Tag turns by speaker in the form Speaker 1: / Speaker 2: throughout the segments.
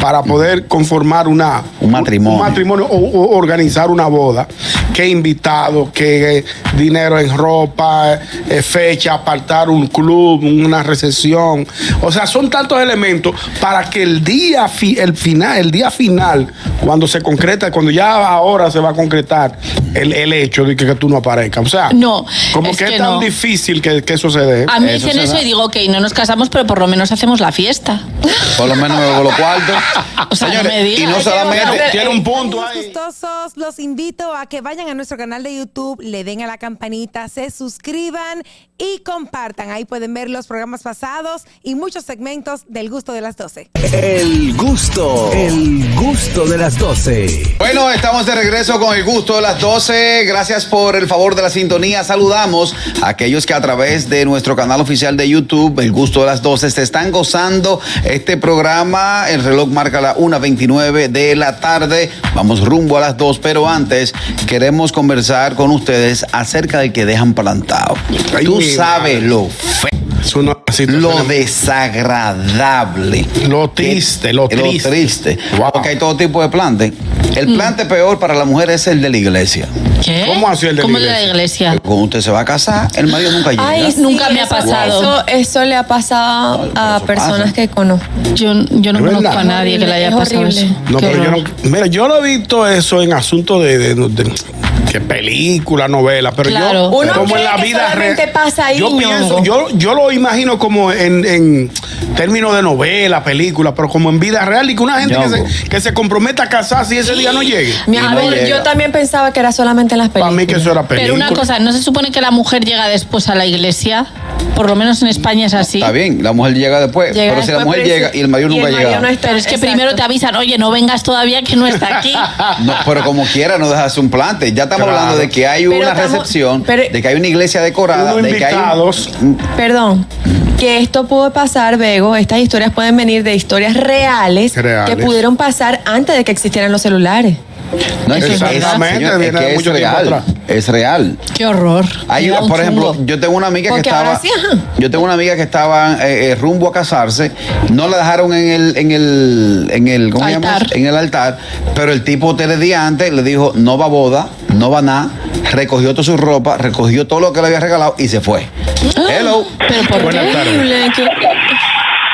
Speaker 1: para poder conformar una,
Speaker 2: Un matrimonio.
Speaker 1: un matrimonio o, o organizar una boda. ¿Qué invitados? ¿Qué eh, dinero en ropa? eh, fecha, apartar un club, una recesión. O sea, son tantos elementos para que el día, fi- el final, el día final, cuando se concreta, cuando ya ahora se va a concretar el, el hecho de que, que tú no aparezcas. O sea,
Speaker 3: No,
Speaker 1: como
Speaker 3: es
Speaker 1: que es
Speaker 3: que
Speaker 1: tan
Speaker 3: no. Ah,
Speaker 1: difícil que, que eso se dé.
Speaker 3: A mí
Speaker 2: Eso
Speaker 3: dicen
Speaker 2: se
Speaker 3: eso
Speaker 2: da.
Speaker 3: y digo, ok, no nos casamos, pero por lo menos hacemos la fiesta.
Speaker 2: Por lo menos me voy a los cuartos.
Speaker 3: O sea, no
Speaker 2: Señores,
Speaker 3: me digas.
Speaker 2: y no solamente.
Speaker 1: Tiene-
Speaker 3: eh,
Speaker 1: tiene un punto
Speaker 4: Amigos
Speaker 1: ahí.
Speaker 4: gustosos, los invito a que vayan a nuestro canal de YouTube, le den a la campanita, se suscriban y compartan. Ahí pueden ver los programas pasados y muchos segmentos del gusto de las 12.
Speaker 5: El gusto, el gusto de las 12.
Speaker 2: Bueno, estamos de regreso con el gusto de las 12. Gracias por el favor de la sintonía. Saludamos a aquellos que a través de nuestro canal oficial de YouTube, El Gusto de las 12, se están gozando este programa. El reloj marca la 1.29 de la tarde. Vamos rumbo a las 2, pero antes queremos conversar con ustedes acerca del que dejan plantado.
Speaker 1: Ay,
Speaker 2: Tú
Speaker 1: mi
Speaker 2: sabes
Speaker 1: madre.
Speaker 2: lo feo.
Speaker 1: Es una situación
Speaker 2: lo desagradable.
Speaker 1: Lo triste, lo triste.
Speaker 2: triste.
Speaker 1: Wow.
Speaker 2: Porque hay todo tipo de plante. El
Speaker 6: Mm.
Speaker 2: plante peor para la mujer es el de la iglesia.
Speaker 3: ¿Qué?
Speaker 1: ¿Cómo así el de la
Speaker 3: ¿Eh? ¿Cómo el de la
Speaker 1: iglesia?
Speaker 3: iglesia?
Speaker 2: Cuando usted se va a casar, el marido nunca llega.
Speaker 6: Ay, sí,
Speaker 3: Nunca me ha
Speaker 6: eso-
Speaker 3: pasado.
Speaker 6: Eso, eso le ha pasado
Speaker 2: No,
Speaker 6: a
Speaker 2: eso
Speaker 6: personas
Speaker 2: pasa.
Speaker 6: que conozco.
Speaker 3: Yo, yo no
Speaker 1: ¿Es
Speaker 3: conozco
Speaker 1: ¿Eh? verdad?
Speaker 3: a nadie que le haya
Speaker 6: Es
Speaker 3: pasado
Speaker 6: horrible.
Speaker 3: eso.
Speaker 1: No,
Speaker 3: Qué
Speaker 1: pero yo
Speaker 3: horror.
Speaker 1: no. Mira, yo no he visto eso en asuntos de, de, de- que película, novela, pero
Speaker 3: Claro.
Speaker 1: yo
Speaker 6: Uno
Speaker 1: como
Speaker 6: cree
Speaker 1: en la
Speaker 6: que
Speaker 1: vida real.
Speaker 6: solamente pasa ahí,
Speaker 1: yo
Speaker 6: ñongo.
Speaker 1: pienso, yo, yo lo imagino como en, en términos de novela, película, pero como en vida real y que una gente que
Speaker 2: Ñongo.
Speaker 1: se, que se comprometa a casar si ese día no llegue.
Speaker 6: Mi
Speaker 2: Y no
Speaker 6: amor,
Speaker 2: llega.
Speaker 6: yo también pensaba que era solamente en las
Speaker 1: Para
Speaker 6: películas.
Speaker 1: mí que eso era película.
Speaker 3: Pero una cosa, ¿no se supone que la mujer llega después a la iglesia? Por lo menos en España es así.
Speaker 2: Está bien, la mujer llega después.
Speaker 6: Llega
Speaker 2: pero si la
Speaker 6: después,
Speaker 2: mujer
Speaker 6: pero
Speaker 2: llega
Speaker 6: sí.
Speaker 2: y el marido
Speaker 6: Y el
Speaker 2: nunca
Speaker 6: marido
Speaker 2: llega.
Speaker 6: no está-
Speaker 3: Pero es que
Speaker 6: Exacto.
Speaker 3: primero te avisan, oye, no vengas todavía que no está aquí.
Speaker 2: No, pero como quiera, no dejas un plante. Ya estamos
Speaker 1: Claro.
Speaker 2: hablando de que hay
Speaker 6: Pero
Speaker 2: una
Speaker 6: estamos-
Speaker 2: recepción,
Speaker 6: pero-
Speaker 2: de que hay una iglesia decorada,
Speaker 1: Unos
Speaker 2: de que hay. un-
Speaker 1: invitados.
Speaker 6: Perdón, que esto pudo pasar, Bego. Estas historias pueden venir de historias reales,
Speaker 1: Reales.
Speaker 6: que pudieron pasar antes de que existieran los celulares.
Speaker 2: No, es, que- es-
Speaker 1: Exactamente,
Speaker 2: señor, es
Speaker 1: viene de
Speaker 2: que es
Speaker 1: mucho tiempo
Speaker 2: real.
Speaker 1: atrás.
Speaker 2: Es real.
Speaker 3: Qué horror.
Speaker 2: Hay una-
Speaker 3: Era un
Speaker 2: por ejemplo,
Speaker 3: chungo.
Speaker 2: yo tengo una amiga que
Speaker 6: Porque
Speaker 2: estaba.
Speaker 6: ahora sí, ajá.
Speaker 2: Yo tengo una amiga que estaba eh, eh, rumbo a casarse. No la dejaron en el, en el, en el, ¿cómo se llama?
Speaker 3: Altar.
Speaker 2: En el altar. Pero el tipo tres días antes le dijo, no va a boda, no va a nada. Recogió toda su ropa, recogió todo lo que le había regalado y se fue. Hello.
Speaker 3: Pero por
Speaker 1: Buenas
Speaker 3: qué?
Speaker 1: tardes.
Speaker 6: Horrible, que-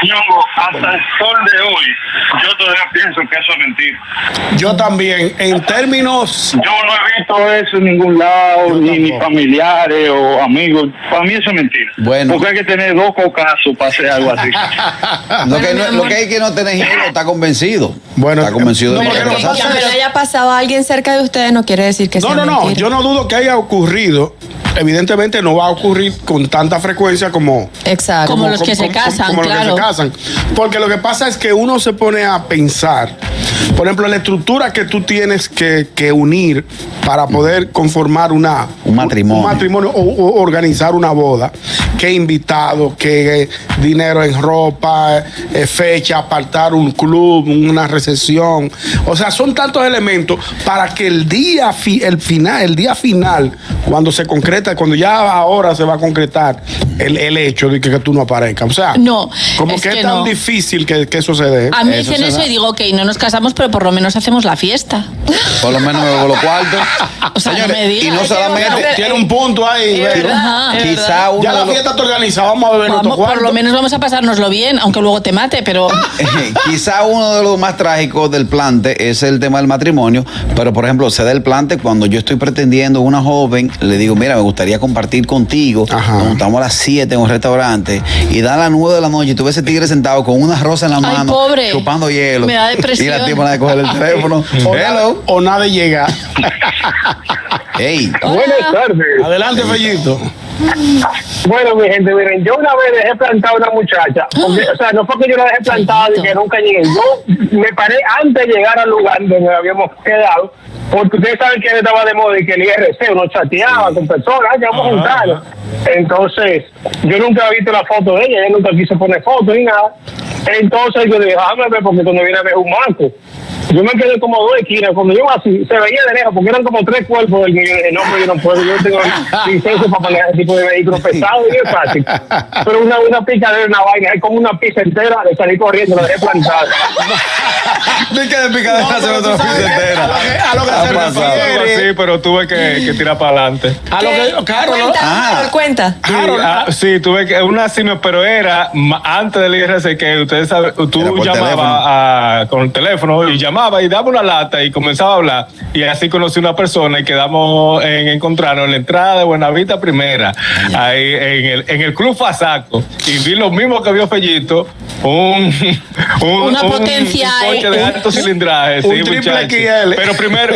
Speaker 7: Ñongo, hasta el sol de hoy, yo todavía pienso que eso es mentira.
Speaker 2: Mm.
Speaker 1: Yo también, en términos
Speaker 7: Yo no he visto eso en ningún lado, ni mis
Speaker 1: tampoco.
Speaker 7: familiares o amigos. Para mí eso es mentira.
Speaker 2: Bueno.
Speaker 7: Porque hay que tener dos cocazos para hacer algo así.
Speaker 2: Ah. Lo que,
Speaker 6: mi
Speaker 2: no,
Speaker 6: amor.
Speaker 2: lo que hay que no tener hielo está convencido.
Speaker 1: Bueno,
Speaker 2: está convencido
Speaker 1: no,
Speaker 2: de
Speaker 1: porque
Speaker 2: que
Speaker 1: no
Speaker 2: va a
Speaker 6: que
Speaker 1: pasa
Speaker 2: casarse.
Speaker 6: ya me lo haya pasado a alguien cerca de ustedes no quiere decir que
Speaker 1: No,
Speaker 6: sea
Speaker 1: no, no,
Speaker 6: mentira.
Speaker 1: yo no dudo que haya ocurrido. Evidentemente no va a ocurrir con tanta frecuencia como
Speaker 6: Exacto.
Speaker 3: Como los que se casan,
Speaker 1: como los que
Speaker 3: claro.
Speaker 1: se casan. Porque lo que pasa es que uno se pone a pensar, por ejemplo, la estructura que tú tienes que, que unir para poder conformar una,
Speaker 2: Un matrimonio.
Speaker 1: matrimonio o, o organizar una boda, qué invitados, qué eh, dinero en ropa, eh, fecha, apartar un club, una recesión. O sea, son tantos elementos para que el día, fi- el final, el día final, cuando se concreta, cuando ya ahora se va a concretar el, el hecho de que, que tú no aparezcas. O sea,
Speaker 3: No,
Speaker 1: como
Speaker 3: es
Speaker 1: que es
Speaker 3: que
Speaker 1: tan
Speaker 3: no. Ah,
Speaker 1: difícil que, que eso se dé.
Speaker 3: A mí
Speaker 2: Eso
Speaker 3: dicen
Speaker 2: se
Speaker 3: eso
Speaker 2: da.
Speaker 3: y digo, ok, no nos casamos, pero por lo menos hacemos la fiesta.
Speaker 2: Por lo menos me voy a los cuartos.
Speaker 3: O sea, no
Speaker 2: Señores,
Speaker 3: me digas.
Speaker 2: y no solamente.
Speaker 1: Tiene un punto ahí.
Speaker 6: Es
Speaker 1: Bel.
Speaker 6: verdad.
Speaker 3: Ajá.
Speaker 2: Quizá uno
Speaker 1: Ya
Speaker 2: de
Speaker 1: la
Speaker 2: los-
Speaker 1: fiesta está organizada, vamos a beber
Speaker 3: Vamos,
Speaker 1: otro
Speaker 3: por lo
Speaker 1: cuarto.
Speaker 3: menos vamos a pasárnoslo bien, aunque luego te mate, pero...
Speaker 2: Quizá uno de los más trágicos del plante es el tema del matrimonio, pero por ejemplo, se da el plante cuando yo estoy pretendiendo una joven, le digo, mira, me gustaría compartir contigo,
Speaker 1: Ajá.
Speaker 2: nos juntamos a las 7 en un restaurante y da las 9 de la noche y tú ves ese tigre sentado con una rosa en la
Speaker 3: Ay,
Speaker 2: mano,
Speaker 3: pobre.
Speaker 2: chupando hielo.
Speaker 3: Me da depresión.
Speaker 2: Y la tipa nada de coger el teléfono.
Speaker 1: O nada,
Speaker 2: Hello.
Speaker 1: o nada llega.
Speaker 2: Hey.
Speaker 7: Buenas tardes.
Speaker 1: Adelante, Fellito.
Speaker 7: Bueno, mi gente, miren, yo una vez dejé plantada a una muchacha. Porque, o sea, no fue que yo la dejé plantada y que nunca llegué. Yo me paré antes de llegar al lugar donde habíamos quedado. Porque ustedes saben que él estaba de moda y que el IRC uno chateaba con personas, "Ay, ya vamos a juntarnos. Entonces, yo nunca había visto la foto de ella, ella nunca quiso poner foto ni nada. Entonces yo dije, déjame ver porque cuando viene a ver un marco. Yo me quedé como dos esquinas, cuando yo así, se veía de lejos, porque eran como tres cuerpos del mío. Yo dije, no, pero yo no puedo, yo no tengo licencia para manejar ese tipo de vehículos pesados y es fácil. Pero una, una picadera, una vaina, es como una pizza entera, le salí corriendo, la dejé plantada.
Speaker 2: Ni que de picadera se me
Speaker 1: tú sabes
Speaker 2: tropiece
Speaker 1: que
Speaker 2: entera.
Speaker 1: a lo que- a lo que
Speaker 2: Ha
Speaker 1: se
Speaker 2: pasado.
Speaker 1: refiere-
Speaker 8: Algo así, pero tuve que, que tirar para adelante.
Speaker 1: A lo que, claro, ¿no?
Speaker 6: cuenta,
Speaker 2: Ah.
Speaker 6: Harold, cuenta.
Speaker 8: Sí,
Speaker 1: Harold,
Speaker 8: ah, sí, tuve que, una simio, pero era ma- antes del IRC que ustedes saben,
Speaker 2: Era
Speaker 8: tú
Speaker 2: por teléfono.
Speaker 8: llamabas a- con el teléfono y llamaba y daba una lata y comenzaba a hablar. Y así conocí una persona y quedamos en encontrarnos en la entrada de Buenavista Primera, ahí en el, en el Club Fasaco. Y vi lo mismo que vio Fellito, un, un-
Speaker 3: Una
Speaker 8: un-
Speaker 3: potencia,
Speaker 8: un coche
Speaker 3: eh,
Speaker 8: de
Speaker 3: un-
Speaker 8: alto cilindraje.
Speaker 1: un
Speaker 8: sí,
Speaker 1: triple
Speaker 8: muchacho.
Speaker 1: XL.
Speaker 8: Pero primero,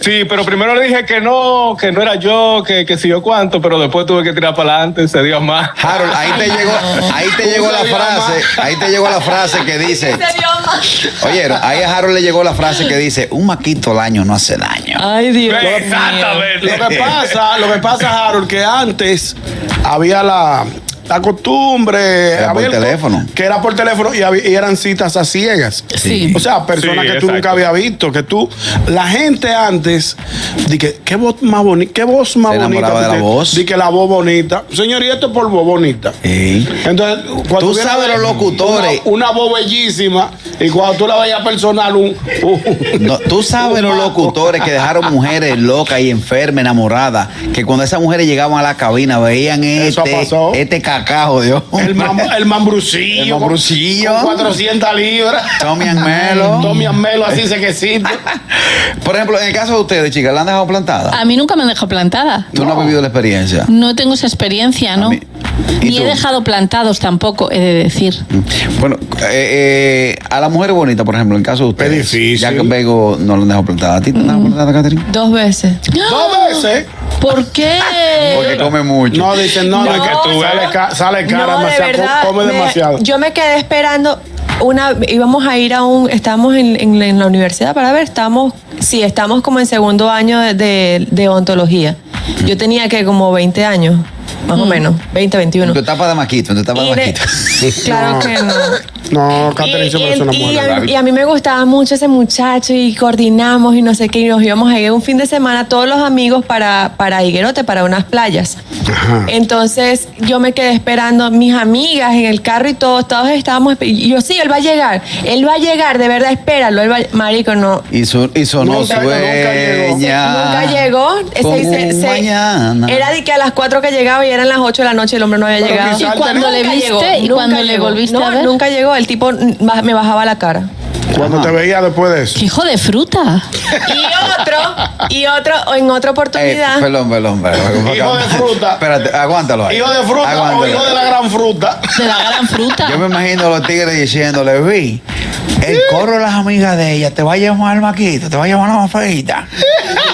Speaker 8: sí, pero primero le dije que no, que no era yo, que, que si yo cuánto, pero después tuve que tirar para adelante, se dio más.
Speaker 2: Harold, ahí te llegó, ahí te llegó la frase, ahí te llegó la frase que dice, oye, ahí a Harold le llegó la frase que dice, un maquito al año no hace daño.
Speaker 3: Ah.
Speaker 6: Ay, Dios
Speaker 8: Exactamente.
Speaker 1: Lo que pasa, lo que pasa, Harold, que antes había la, la costumbre.
Speaker 2: Era por
Speaker 1: había el-
Speaker 2: teléfono.
Speaker 1: Que era por teléfono y, había- y eran citas a ciegas.
Speaker 3: Sí.
Speaker 1: O sea, personas
Speaker 8: Sí,
Speaker 1: que tú nunca
Speaker 8: exacto.
Speaker 1: habías visto, que tú, la gente antes, di que, qué voz más bonita, qué voz más
Speaker 2: Se
Speaker 1: bonita.
Speaker 2: enamoraba de la
Speaker 1: usted?
Speaker 2: voz.
Speaker 1: Di que la voz bonita. Señor, y esto es por voz bonita.
Speaker 2: Sí.
Speaker 1: Entonces, cuando
Speaker 2: Tú
Speaker 1: viene a
Speaker 2: sabes
Speaker 1: ver
Speaker 2: los locutores.
Speaker 1: Una, una voz bellísima y cuando tú la vayas personal, un. un-
Speaker 2: No, tú sabes los locutores que dejaron mujeres locas y enfermas, enamoradas, que cuando esas mujeres llegaban a la cabina veían
Speaker 1: Eso
Speaker 2: este,
Speaker 1: pasó.
Speaker 2: este cacajo de hombre.
Speaker 1: El, mam- el mambrucillo.
Speaker 2: El mambrucillo.
Speaker 1: Con 400 libras.
Speaker 2: Tommy and Melo.
Speaker 1: Tommy Amelo, así se que existe.
Speaker 2: Por ejemplo, en el caso de ustedes, chicas, ¿la han dejado plantada?
Speaker 3: A mí nunca me han dejado plantada.
Speaker 2: Tú no, has vivido la experiencia.
Speaker 3: No tengo esa experiencia, ¿no?
Speaker 2: mí- ¿Y
Speaker 3: Ni
Speaker 2: tú?
Speaker 3: he dejado plantados tampoco, he de decir.
Speaker 2: Bueno, eh, eh, a la mujer bonita, por ejemplo, en el caso de ustedes.
Speaker 1: Es difícil.
Speaker 2: Ya que Bego no la han dejado plantada. ¿A ti te han dejado plantada, Catherine?
Speaker 6: Dos veces.
Speaker 1: Dos veces.
Speaker 3: ¿Por qué?
Speaker 6: Eh,
Speaker 2: Porque come mucho.
Speaker 1: No, dicen, no, no,
Speaker 8: No,
Speaker 1: que tú sale,
Speaker 8: no.
Speaker 1: ca- sale cara
Speaker 6: no, de
Speaker 1: demasiado,
Speaker 6: verdad,
Speaker 1: come
Speaker 6: me-
Speaker 1: demasiado.
Speaker 6: yo me quedé esperando. Una, íbamos a ir a un, estábamos en, en la- en la universidad para ver, estábamos, sí, estamos como en segundo año de, de- de ontología. Yo tenía que como 20 años, más o menos, 20, 21.
Speaker 2: En tu etapa de maquito, en tu etapa de
Speaker 6: Y de-
Speaker 2: maquito.
Speaker 6: claro que no.
Speaker 1: No, Catherine
Speaker 6: Y-
Speaker 1: siempre es una
Speaker 6: y- y
Speaker 1: mujer.
Speaker 6: a, y a mí me gustaba mucho ese muchacho y coordinamos y no sé qué, y nos íbamos a ir un fin de semana todos los amigos para, para Higuerote, para unas playas.
Speaker 2: Ah.
Speaker 6: Entonces yo me quedé esperando, mis amigas en el carro y todos, todos estábamos, espe- y yo sí, él va a llegar, él va a llegar, de verdad, espéralo, él va, marico, no.
Speaker 2: Y, su, y sonó
Speaker 1: Nunca- nunca llegó.
Speaker 2: sueña.
Speaker 6: Nunca llegó. Ese-
Speaker 2: Como
Speaker 6: ese-
Speaker 2: un
Speaker 6: ese-
Speaker 2: mañana. Eh,
Speaker 6: Era de que a las 4 que llegaba y eran las 8 de la noche y el hombre no había
Speaker 1: Pero
Speaker 6: llegado.
Speaker 1: quizá-
Speaker 3: ¿Y cuando le
Speaker 6: Nunca
Speaker 3: viste?
Speaker 6: llegó,
Speaker 3: ¿Y
Speaker 6: nunca
Speaker 3: cuando le
Speaker 6: llegó.
Speaker 3: volviste
Speaker 6: No,
Speaker 3: a ver?
Speaker 6: nunca llegó, el tipo mm, ba- me bajaba la cara.
Speaker 1: Cuando te veía después de eso.
Speaker 3: ¡Qué hijo de fruta!
Speaker 6: Y otro, y otro, en
Speaker 2: Eh,
Speaker 6: otra oportunidad.
Speaker 2: perdón, perdón, perdón.
Speaker 1: Hijo de fruta.
Speaker 2: Espérate, aguántalo. ahí.
Speaker 1: Hijo de fruta o
Speaker 2: Aguántalo.
Speaker 1: hijo de la gran fruta.
Speaker 3: De la gran fruta.
Speaker 2: Yo me imagino a los tigres diciéndole, vi, el corro de las amigas de ella te va a llevar al maquito, te va a llevar a la más feita.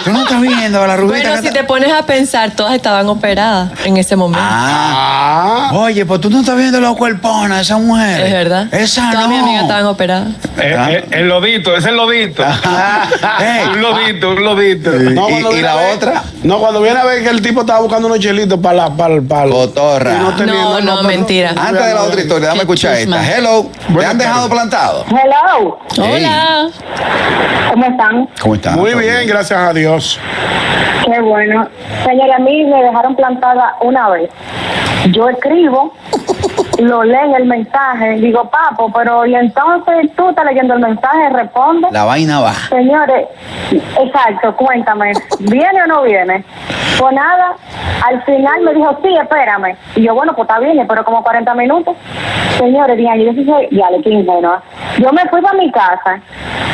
Speaker 2: Tú no estás viendo a la rubita
Speaker 6: bueno,
Speaker 2: que
Speaker 6: si
Speaker 2: está-
Speaker 6: te pones a pensar, todas estaban operadas en ese momento.
Speaker 2: Ah,
Speaker 1: Ah.
Speaker 2: oye, pues tú no estás viendo los cuerpones de esa mujer.
Speaker 6: es verdad.
Speaker 2: Esa no.
Speaker 6: todas mis amigas estaban operadas.
Speaker 8: Eh, eh, el lodito, es el lodito.
Speaker 2: Ah. Ey.
Speaker 8: un lodito, un lodito.
Speaker 1: No,
Speaker 2: ¿Y-
Speaker 1: cuando
Speaker 2: y
Speaker 1: viene
Speaker 2: la
Speaker 1: a ver-
Speaker 2: otra?
Speaker 1: No, cuando viene a ver que el tipo estaba buscando unos chelitos para la. Para, para,
Speaker 2: Cotorra.
Speaker 6: No, no, mentira.
Speaker 2: Antes de la otra historia, dame
Speaker 3: Qué
Speaker 2: escuchar esta.
Speaker 3: chusma.
Speaker 2: Hello, ¿te
Speaker 1: Buenas
Speaker 2: han dejado
Speaker 1: tardes.
Speaker 2: plantado?
Speaker 9: Hello,
Speaker 3: Hola.
Speaker 9: ¿cómo están?
Speaker 2: ¿Cómo estás?
Speaker 1: Muy bien, gracias a Dios.
Speaker 9: Qué bueno. Señora, a mí me dejaron plantada una vez. Yo escribo, lo leen el mensaje, digo, papo, pero y entonces tú estás leyendo el mensaje, responde.
Speaker 2: La vaina va.
Speaker 9: Señores, exacto, cuéntame, ¿viene o no viene? Pues nada, al final me dijo, sí, espérame. Y yo, bueno, pues está bien, pero como 40 minutos. Señores, dije, yo sí soy, ya le ingenua. Yo me fui para mi casa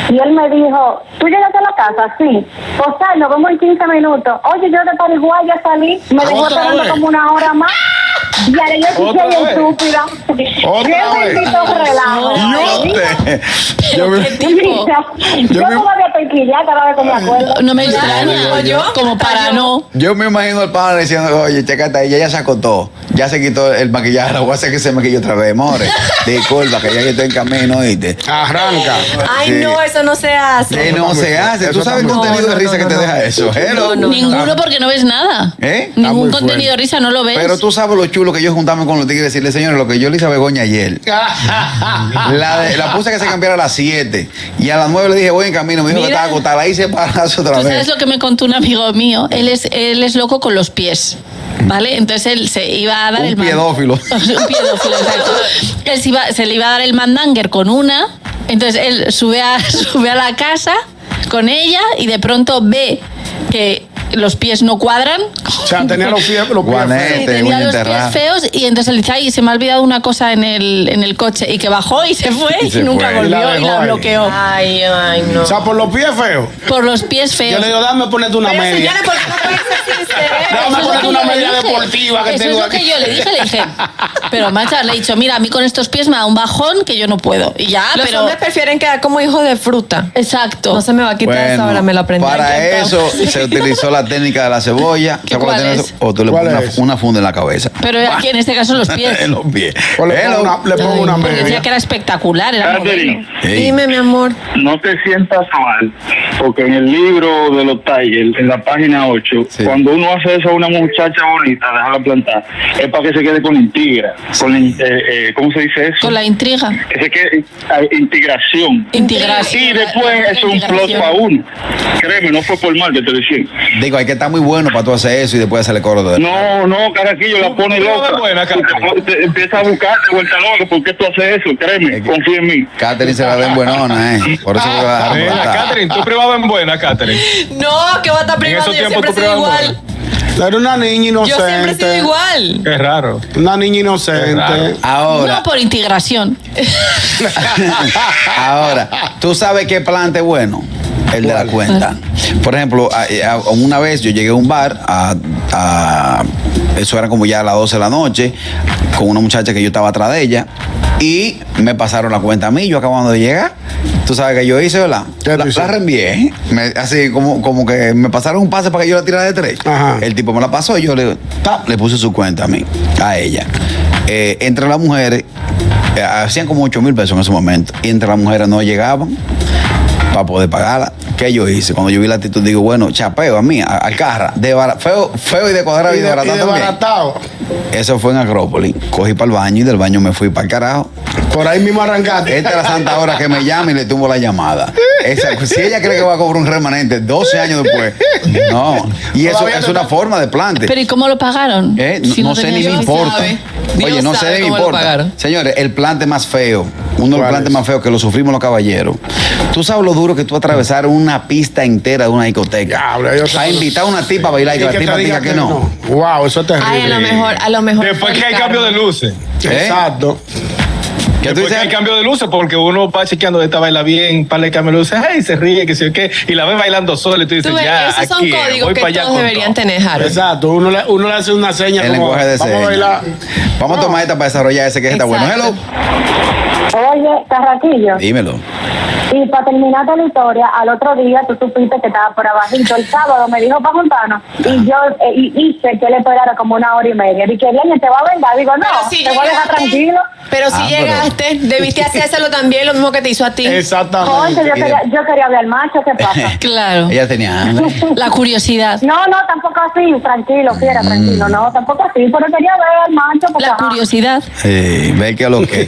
Speaker 9: y él me dijo, ¿tú llegaste a la casa? Sí. Pues sal, nos vemos en 15 minutos. Oye, yo de Paraguay ya salí, me dejó
Speaker 1: Otra
Speaker 9: esperando
Speaker 1: vez.
Speaker 9: como una hora más. Y ahora yo sí
Speaker 1: Otra
Speaker 9: soy
Speaker 1: vez.
Speaker 9: estúpida.
Speaker 1: Otra
Speaker 9: Qué
Speaker 1: vez.
Speaker 9: bendito relajo.
Speaker 2: Yo te-
Speaker 3: ¿Pero qué tipo?
Speaker 9: Mira, yo
Speaker 2: me-
Speaker 9: todavía estoy quillada cada vez que me acuerdo.
Speaker 3: No me extraña.
Speaker 6: digo yo.
Speaker 3: Como para no.
Speaker 2: Yo me imagino al padre diciendo, oye, checate, ella ya sacó todo. Ya se quitó el maquillaje, la voy a hacer que se maquille otra vez, more. Disculpa, que ya yo estoy en camino, ¿oíste?
Speaker 1: Arranca.
Speaker 6: Ay,
Speaker 2: Sí.
Speaker 6: no, eso no se hace.
Speaker 2: Que no se hace. ¿Tú
Speaker 1: Eso
Speaker 2: sabes el
Speaker 1: está muy
Speaker 2: contenido de risa
Speaker 6: fuerte.
Speaker 2: que
Speaker 6: No, no,
Speaker 2: te
Speaker 6: no,
Speaker 2: deja
Speaker 6: no.
Speaker 2: eso? Hello.
Speaker 6: No, no,
Speaker 3: Ninguno porque no ves nada.
Speaker 2: ¿Eh? Está
Speaker 1: muy
Speaker 3: Ningún contenido
Speaker 1: fuerte.
Speaker 3: de risa, no lo ves.
Speaker 2: Pero tú sabes lo chulo que yo juntarme con los tigres y decirle, señores, lo que yo le hice a Begoña ayer. La, de- la puse que se cambiara a las 7 y a las 9 le dije, voy en camino. Me dijo que
Speaker 6: Mira.
Speaker 2: estaba agotada. La hice para otra
Speaker 3: Tú sabes
Speaker 2: vez.
Speaker 3: lo que me contó un amigo mío. Él es, él es loco con los pies. ¿Vale? Entonces él se iba a dar
Speaker 2: Un
Speaker 3: el man-
Speaker 2: piedófilo.
Speaker 3: un piedófilo, exacto. Él se, iba- se le iba a dar el mandanger con una Entonces él sube a, sube a la casa con ella y de pronto ve que los pies no cuadran.
Speaker 1: O sea, tenía los pies, los pies
Speaker 2: Guanete.
Speaker 1: feos.
Speaker 3: Y
Speaker 2: Este,
Speaker 3: tenía
Speaker 2: muy
Speaker 3: los pies
Speaker 2: enterrado.
Speaker 3: feos y entonces él dice, ay, se me ha olvidado una cosa en el, en el coche y que bajó y se fue y,
Speaker 2: Y se
Speaker 3: nunca
Speaker 2: fue.
Speaker 1: Y la
Speaker 3: volvió y
Speaker 1: dejó
Speaker 3: la
Speaker 1: ahí.
Speaker 3: bloqueó.
Speaker 6: Ay, ay, no.
Speaker 1: O sea, por los pies feos.
Speaker 3: Por los pies
Speaker 1: Yo
Speaker 3: feos.
Speaker 1: le digo, dame ponerte una
Speaker 6: Pero
Speaker 1: media.
Speaker 6: señora, ¿por qué no puede ser sincera?
Speaker 1: Dame
Speaker 3: Eso es lo
Speaker 1: ponerte
Speaker 3: que
Speaker 1: una
Speaker 3: yo le
Speaker 1: media
Speaker 3: dije.
Speaker 1: deportiva que
Speaker 3: Eso
Speaker 1: tengo
Speaker 3: es lo que
Speaker 1: aquí.
Speaker 3: yo le dije, le dije. Pero macha, le he dicho, mira, a mí con estos pies me da un bajón que yo no puedo. Y ya,
Speaker 6: Los
Speaker 3: pero.
Speaker 6: hombres prefieren quedar como hijos de fruta.
Speaker 3: Exacto.
Speaker 6: No se me va a quitar eso, ahora me lo aprendí.
Speaker 2: Para
Speaker 6: Ay, qué
Speaker 2: eso
Speaker 6: tonto.
Speaker 2: se utilizó la técnica de la cebolla.
Speaker 3: ¿Qué
Speaker 2: ¿Sabes cuál
Speaker 3: cuál
Speaker 2: tiene
Speaker 3: es?
Speaker 2: eso? O tú le
Speaker 1: ¿Cuál
Speaker 2: pones una,
Speaker 1: es?
Speaker 2: una funda en la cabeza.
Speaker 3: Pero aquí en este caso los pies.
Speaker 2: en los pies.
Speaker 1: O le
Speaker 2: En
Speaker 1: pongo
Speaker 2: los-
Speaker 1: una, le pongo una
Speaker 3: Porque decía
Speaker 1: media.
Speaker 3: que era espectacular, era modelo.
Speaker 7: Catherine,
Speaker 2: Ey.
Speaker 6: Dime, mi amor.
Speaker 7: no te sientas mal, porque en el libro de los Tigers, en la página 8,
Speaker 2: Sí.
Speaker 7: cuando uno hace eso a una muchacha bonita, déjala plantar, es para que se quede con la intriga, con la in- eh, eh, ¿cómo se dice eso?
Speaker 3: Con la intriga.
Speaker 7: Que se quede eh, integración.
Speaker 3: Integración.
Speaker 7: Y después es un plot
Speaker 3: Integración.
Speaker 7: para uno. Créeme, no fue por mal que te decía.
Speaker 2: Digo, hay que estar muy bueno para tú hacer eso y después hacerle coro de
Speaker 7: No, no, Caraquillo, la pone
Speaker 8: Tú la ves
Speaker 7: loca.
Speaker 8: buena,
Speaker 7: Te-
Speaker 8: Catherine.
Speaker 7: te- Empieza a buscarte vuelta loca, ¿por qué tú haces eso? Créeme,
Speaker 2: Es que-
Speaker 7: confía en mí.
Speaker 2: Catherine se la ven buenona, ¿eh? Por eso que va a dejar
Speaker 8: Mira,
Speaker 2: plantada.
Speaker 8: Catherine, tú privabas en buena, Catherine.
Speaker 6: No, que va a estar
Speaker 8: En
Speaker 6: privando.
Speaker 8: esos
Speaker 9: este
Speaker 6: Yo
Speaker 8: tiempos
Speaker 6: siempre
Speaker 8: tú
Speaker 6: he sido
Speaker 8: privabas en
Speaker 6: igual.
Speaker 8: buena.
Speaker 1: Era una niña
Speaker 6: Yo siempre he sido
Speaker 1: inocente.
Speaker 6: igual.
Speaker 8: Qué raro.
Speaker 1: Una niña
Speaker 8: Claro.
Speaker 1: inocente.
Speaker 2: Ahora,
Speaker 3: No por integración.
Speaker 2: ahora, tú sabes qué plante es bueno. El de la cuenta. Por ejemplo, a- a- una vez yo llegué a un bar, a, a- eso era como ya a las 12 de la noche, con una muchacha que yo estaba atrás de ella, y me pasaron la cuenta a mí, yo acabando de llegar. Tú sabes que yo hice, ¿verdad?
Speaker 1: ¿Qué
Speaker 2: La,
Speaker 1: tú hiciste?
Speaker 2: la reenvié, me- así como, como que me pasaron un pase para que yo la tirara de tres.
Speaker 1: Ajá.
Speaker 2: El tipo me la pasó y yo le, tap, le puse su cuenta a mí, a ella. Eh, entre las mujeres, eh, hacían como 8 mil pesos en ese momento. Y entre las mujeres no llegaban para poder pagarla. ¿Qué yo hice? Cuando yo vi la actitud, digo, bueno, chapeo a mí, a- al carra, de bara- feo, feo y de cuadrado y,
Speaker 1: Y
Speaker 2: de
Speaker 1: de- y
Speaker 2: baratado también.
Speaker 1: desbaratado.
Speaker 2: Eso fue en Acrópolis. Cogí para el baño y del baño me fui para el carajo.
Speaker 1: Por ahí mismo arrancaste.
Speaker 2: Esta es la santa hora que me llama y le tumbo la llamada. Esa- pues, si ella cree que va a cobrar un remanente 12 años después, no. Y eso
Speaker 1: Todavía
Speaker 2: es
Speaker 1: no
Speaker 2: una
Speaker 1: está-
Speaker 2: forma de plante.
Speaker 3: Pero ¿y cómo lo pagaron?
Speaker 2: Eh, no,
Speaker 3: Si
Speaker 2: no sé
Speaker 3: tenía
Speaker 2: ni me
Speaker 3: yo.
Speaker 6: Dios
Speaker 2: importa.
Speaker 6: sabe. Dios
Speaker 2: Oye, no sé
Speaker 6: sabe
Speaker 2: ni me
Speaker 6: cómo lo
Speaker 2: importa.
Speaker 6: pagaron.
Speaker 2: Señores, el plante más feo, uno de los
Speaker 1: ¿Cuál
Speaker 2: plantes
Speaker 1: es?
Speaker 2: más feos que lo sufrimos los caballeros. Tú sabes lo duro que tú atravesar una pista entera de una discoteca.
Speaker 1: Diablo, yo sé-
Speaker 2: a invitar a una tipa a bailar y que la tipa diga que no.
Speaker 1: Wow, eso es terrible.
Speaker 6: Ay, a lo mejor, a lo mejor.
Speaker 8: Después que hay
Speaker 6: Ricardo.
Speaker 8: cambio de luces.
Speaker 2: ¿Eh?
Speaker 1: Exacto.
Speaker 2: ¿Qué tú
Speaker 8: Después que
Speaker 2: dices?
Speaker 8: hay cambio de luces, porque uno va chequeando, esta baila bien, para el cambio de luces, ay, se ríe, que sé yo qué, y la ves bailando sola, y tú dices,
Speaker 6: Tú ves,
Speaker 8: ya,
Speaker 6: esos son
Speaker 8: aquí, es,
Speaker 6: códigos
Speaker 8: voy
Speaker 6: que
Speaker 8: pa' allá
Speaker 6: todos
Speaker 8: con
Speaker 6: deberían
Speaker 8: todo".
Speaker 6: tener, Harold.
Speaker 1: Exacto. Uno le, uno le hace una seña
Speaker 2: El
Speaker 1: como.
Speaker 2: lenguaje de
Speaker 1: Vamos a bailar.
Speaker 2: señas. Vamos a tomar esta para desarrollar ese que está bueno. Hello.
Speaker 6: Exacto.
Speaker 9: Oye, Carraquillo,
Speaker 2: Dímelo.
Speaker 9: y para terminar la historia, al otro día tú supiste que estaba por abajito. El sábado me dijo para juntarnos y yo eh, y hice que le esperara como una hora y media. Dije, bien, te va a vender. Digo, no,
Speaker 6: Pero si
Speaker 9: te voy a dejar tranquilo.
Speaker 6: Pero si
Speaker 2: Ah, pero-
Speaker 6: llegaste, debiste hacérselo también, lo mismo que te hizo a ti.
Speaker 1: Exactamente.
Speaker 9: Concho, yo
Speaker 2: y de-
Speaker 9: quería, yo quería hablar macho, ¿qué pasa?
Speaker 3: Claro.
Speaker 2: Ella tenía hambre.
Speaker 3: La curiosidad.
Speaker 9: No, no, tampoco así, tranquilo, fiera, tranquilo, no, tampoco así, pero quería ver, macho, porque...
Speaker 3: La
Speaker 9: ajá.
Speaker 3: curiosidad.
Speaker 2: Sí, ve que lo que.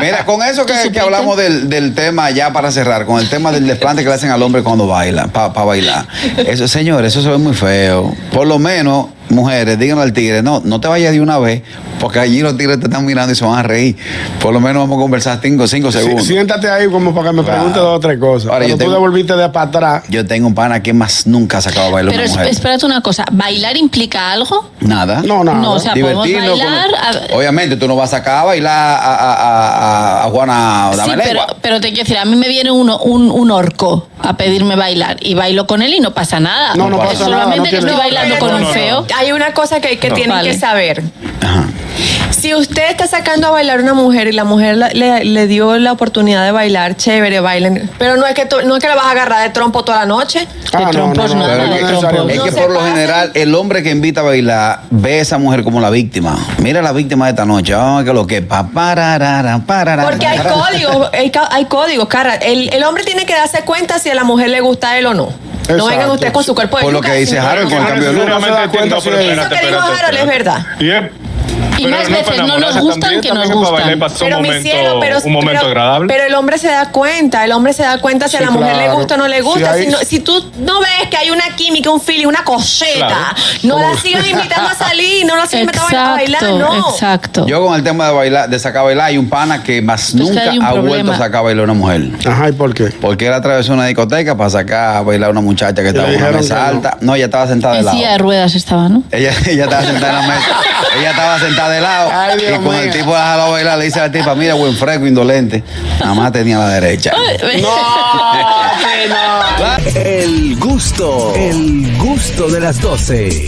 Speaker 2: Mira, con eso que, que hablamos del, del tema, ya para cerrar, con el tema del desplante que le hacen al hombre cuando baila, para bailar. Eso, señor, eso se ve muy feo. Por lo menos, mujeres, díganle al tigre, no, no te vayas de una vez, porque allí los tigres te están mirando y se van a reír. Por lo menos vamos a conversar cinco, cinco
Speaker 1: Sí,
Speaker 2: segundos.
Speaker 1: siéntate ahí como para que me
Speaker 2: Claro.
Speaker 1: pregunte dos o tres cosas.
Speaker 2: Ahora,
Speaker 1: Ahora,
Speaker 2: yo
Speaker 1: tú
Speaker 2: tengo-
Speaker 1: devolviste de para atrás.
Speaker 2: Yo tengo un pana que más nunca ha sacado a bailar
Speaker 3: Pero
Speaker 2: una
Speaker 3: es-
Speaker 2: mujer.
Speaker 3: espérate una cosa, ¿bailar implica algo?
Speaker 2: Nada.
Speaker 1: No, nada.
Speaker 3: No, o sea, podemos
Speaker 2: Divertirnos con-
Speaker 3: bailar. a-
Speaker 2: Obviamente, tú no vas a sacar a bailar a, a- a- a Juana
Speaker 3: Sí,
Speaker 2: Dame
Speaker 3: pero,
Speaker 2: Lengua.
Speaker 3: pero te quiero decir, a mí me viene uno, un, un orco a pedirme bailar y bailo con él y no pasa nada.
Speaker 1: No, no
Speaker 3: Es
Speaker 1: pasa nada,
Speaker 3: Solamente
Speaker 1: no
Speaker 3: que
Speaker 1: tiene-
Speaker 3: estoy bailando
Speaker 6: pero
Speaker 3: con un
Speaker 6: entonces,
Speaker 3: feo.
Speaker 6: Hay una cosa que, que tienen
Speaker 3: Vale.
Speaker 6: que saber.
Speaker 2: Ajá.
Speaker 6: Si usted está sacando a bailar a una mujer y la mujer la- le, le dio la oportunidad de bailar, chévere, bailen. Pero no es que tú- no es que la vas a agarrar de trompo toda la noche.
Speaker 1: Ah, no,
Speaker 3: trompos
Speaker 1: no, no,
Speaker 3: nada,
Speaker 1: no,
Speaker 3: de
Speaker 1: no,
Speaker 3: trompos.
Speaker 1: necesariamente.
Speaker 2: Es
Speaker 6: No
Speaker 2: que
Speaker 6: se
Speaker 2: por lo
Speaker 6: pasen.
Speaker 2: general el hombre que invita a bailar ve a esa mujer como la víctima. Mira la víctima de esta noche. Ah, que lo que pa pararara, pararara,
Speaker 6: Porque hay
Speaker 2: pararara.
Speaker 6: códigos, hay, ca- hay códigos, cara. El, el hombre tiene que darse cuenta si a la mujer le gusta a él o no. No
Speaker 1: Exacto.
Speaker 6: vengan ustedes con su cuerpo de
Speaker 2: Por lo
Speaker 6: yuca,
Speaker 2: que dice
Speaker 6: sino-
Speaker 2: Harold con el
Speaker 1: Claro,
Speaker 2: cambio de
Speaker 1: sí,
Speaker 2: luz.
Speaker 1: no se da cuenta si es-
Speaker 6: Eso que dijo Harold es verdad.
Speaker 8: Yep.
Speaker 3: Y
Speaker 8: Pero
Speaker 3: más
Speaker 8: no
Speaker 3: veces
Speaker 8: para
Speaker 3: no nos
Speaker 8: enamorarse,
Speaker 3: gustan
Speaker 8: también-
Speaker 3: que
Speaker 8: también
Speaker 3: nos
Speaker 8: para bailar
Speaker 3: gustan.
Speaker 8: pasó un
Speaker 6: Pero mi
Speaker 8: momento,
Speaker 6: cielo, pero,
Speaker 8: un momento
Speaker 6: pero-
Speaker 8: agradable.
Speaker 6: pero el hombre se da cuenta, el hombre se da cuenta si a
Speaker 1: Sí,
Speaker 6: la mujer le
Speaker 1: claro.
Speaker 6: gusta o no le
Speaker 1: Si
Speaker 6: gusta.
Speaker 1: hay-
Speaker 6: Si, no- si tú no ves que hay una química, un feeling, una coseta,
Speaker 8: Claro.
Speaker 6: no
Speaker 1: Como-
Speaker 6: la sigas invitando a salir, no la sigas invitando a bailar,
Speaker 3: Exacto,
Speaker 6: no.
Speaker 3: exacto.
Speaker 2: Yo con el tema de bailar, de sacar a bailar, hay un pana que más
Speaker 3: Pues que
Speaker 2: nunca
Speaker 3: hay un
Speaker 2: ha vuelto
Speaker 3: problema.
Speaker 2: a sacar a bailar a una mujer.
Speaker 1: Ajá, ¿y por qué?
Speaker 2: Porque él atravesó una discoteca para sacar a bailar a una muchacha que estaba en una
Speaker 1: dijeron que
Speaker 2: mesa
Speaker 1: no.
Speaker 2: alta. No, ella estaba sentada de
Speaker 3: En
Speaker 2: lado.
Speaker 3: silla de ruedas estaba, ¿no?
Speaker 2: Ella, ella estaba sentada en la mesa. Ella estaba sentada de lado.
Speaker 1: Ay, Dios
Speaker 2: y cuando el
Speaker 1: mío.
Speaker 2: tipo la jaló a bailar, le dice a la tipa, mira, buen fresco, indolente. Nada más tenía la derecha.
Speaker 5: El gusto, el gusto de las 12.